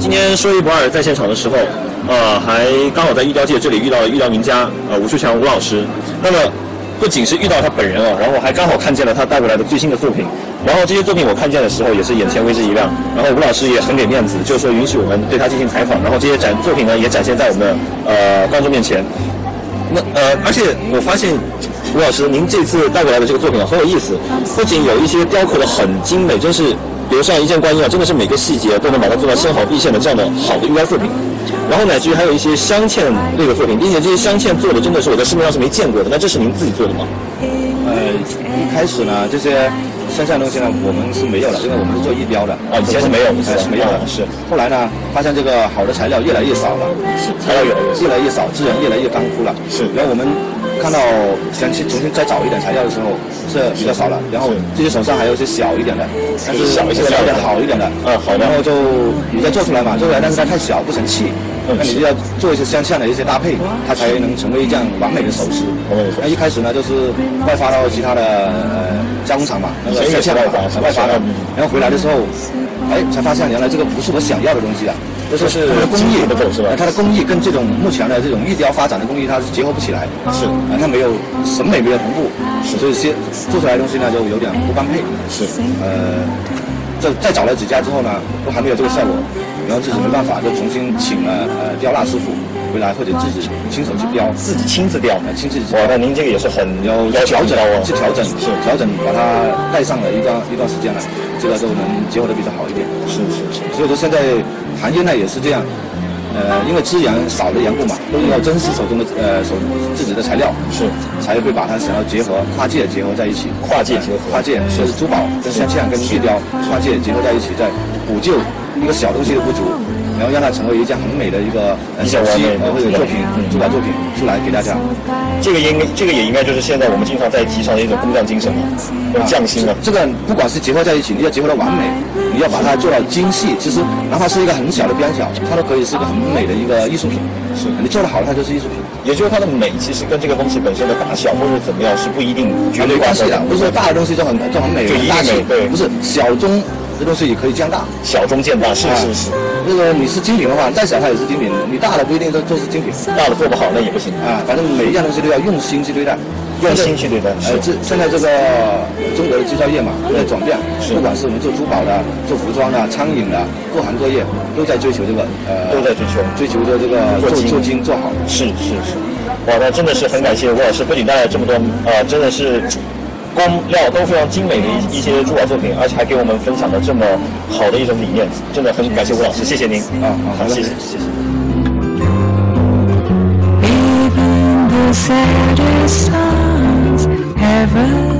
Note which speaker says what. Speaker 1: 今天说一不二在现场的时候，呃，还刚好在玉雕界这里遇到了玉雕名家呃吴树强吴老师。那么不仅是遇到他本人哦，然后还刚好看见了他带回来的最新的作品。然后这些作品我看见的时候也是眼前为之一亮。然后吴老师也很给面子，就是说允许我们对他进行采访。然后这些展作品呢也展现在我们的呃观众面前。那呃，而且我发现吴老师您这次带过来的这个作品啊很有意思，不仅有一些雕刻的很精美，真是留上一见观音啊，真的是每个细节都能把它做到深好毕现的这样的好的玉雕作品。然后乃至于还有一些镶嵌类的作品，并且这些镶嵌做的真的是我在市面上是没见过的。那这是您自己做的吗？
Speaker 2: 呃，一开始呢，这些镶嵌的东西呢，我们是没有的，因为我们是做玉雕的。
Speaker 1: 哦以前是没有的
Speaker 2: 呃是没有的。
Speaker 1: 是。
Speaker 2: 后来呢，发现这个好的材料越来越少了，
Speaker 1: 材料越来越少
Speaker 2: 越来越少，资源越来越干枯了。
Speaker 1: 是
Speaker 2: 然后我们看到想去重新再找一点材料的时候是比较少了，然后
Speaker 1: 是
Speaker 2: 自己手上还有一些小一点的，但是
Speaker 1: 小一些的
Speaker 2: 小一点好一点的。
Speaker 1: 嗯好的
Speaker 2: 然后就你再做出来嘛，做出来但是它太小不成器。
Speaker 1: 嗯
Speaker 2: 那你就要做一些镶嵌的一些搭配，它才能成为一件完美的首饰。
Speaker 1: 完美的首饰
Speaker 2: 那一开始呢，就是外发到其他的呃加工厂嘛，那个
Speaker 1: 以前也是
Speaker 2: 下
Speaker 1: 外
Speaker 2: 外
Speaker 1: 发是吧
Speaker 2: 发，外发的
Speaker 1: 嗯。
Speaker 2: 然后回来的时候，哎，才发现原来这个不是我想要的东西啊。
Speaker 1: 这是
Speaker 2: 它的工
Speaker 1: 精
Speaker 2: 艺
Speaker 1: 品的走是吧
Speaker 2: 呃它的工艺跟这种目前的这种玉雕发展的工艺，它是结合不起来。
Speaker 1: 是
Speaker 2: 啊，它没有审美没有同步，
Speaker 1: 是
Speaker 2: 所以些做出来的东西呢就有点不般配。
Speaker 1: 是
Speaker 2: 呃，这再找了几家之后呢，都还没有这个效果，然后自己没办法，就重新请了呃雕蜡师傅回来，或者自己亲手去雕，
Speaker 1: 自己亲自雕
Speaker 2: 呃亲自去雕
Speaker 1: 哇，那您这个也是很
Speaker 2: 然后
Speaker 1: 要求
Speaker 2: 调
Speaker 1: 很
Speaker 2: 整
Speaker 1: 高哦，
Speaker 2: 去调整，
Speaker 1: 是
Speaker 2: 调整把它带上了一段一段时间了，这个就能结合的比较好一点。
Speaker 1: 是是是，
Speaker 2: 所以说现在行业内也是这样，呃，因为资源少的缘故嘛，都要珍惜手中的呃手自己的材料，
Speaker 1: 是
Speaker 2: 才会把它想要结合跨界结合在一起，
Speaker 1: 跨界结合
Speaker 2: 跨界是珠宝跟镶嵌跟玉雕跨界结合在一起，再补救一个小东西的不足。然后让它成为一件很美的一个呃
Speaker 1: 一件
Speaker 2: 小
Speaker 1: 完
Speaker 2: 西
Speaker 1: 美的
Speaker 2: 呃或者
Speaker 1: 作
Speaker 2: 作
Speaker 1: 品
Speaker 2: 品
Speaker 1: 嗯
Speaker 2: 珠宝作品出来给大家，
Speaker 1: 这个应该这个也应该就是现在我们经常在提倡的一种工匠精神嘛，那种匠心啊。
Speaker 2: 这个不管是结合在一起，你要结合到完美，你要把它做到精细。其实哪怕是一个很小的边角，它都可以是一个很美的一个艺术品。
Speaker 1: 是
Speaker 2: 你做得好，它就是艺术品。
Speaker 1: 也就是它的美，其实跟这个东西本身的大小或者怎么样是不一定绝对
Speaker 2: 没
Speaker 1: 挂
Speaker 2: 关系
Speaker 1: 钩
Speaker 2: 的，不是说大的东西就很就很美，
Speaker 1: 就一定
Speaker 2: 很大气
Speaker 1: 美对
Speaker 2: 不是小中这东西也可以降大。
Speaker 1: 小中见大，是
Speaker 2: 啊
Speaker 1: 是是，，
Speaker 2: 那个你是精品的话，再小它也是精品，你大的不一定都都是精品
Speaker 1: 大的做不好那也不行，
Speaker 2: 啊。反正每一样东西都要用心去对待，
Speaker 1: 用心去对待
Speaker 2: 呃，
Speaker 1: 是
Speaker 2: 这现在这个中国的制造业嘛都在转变，
Speaker 1: 是
Speaker 2: 不管是我们做珠宝的、做服装的、餐饮的、各行各业都在追求这个呃，
Speaker 1: 都在追求
Speaker 2: 追求着这个
Speaker 1: 做
Speaker 2: 做
Speaker 1: 精
Speaker 2: 做精做好。
Speaker 1: 是是是，哇，那真的是很感谢吴老师，不仅带来这么多呃，真的是工料都非常精美的一一些珠宝作品，而且还给我们分享了这么好的一种理念，真的很感谢吴老师，谢谢您
Speaker 2: 啊好
Speaker 1: 好，
Speaker 2: 好的
Speaker 1: 谢谢谢谢。
Speaker 3: Even the saddest songs ever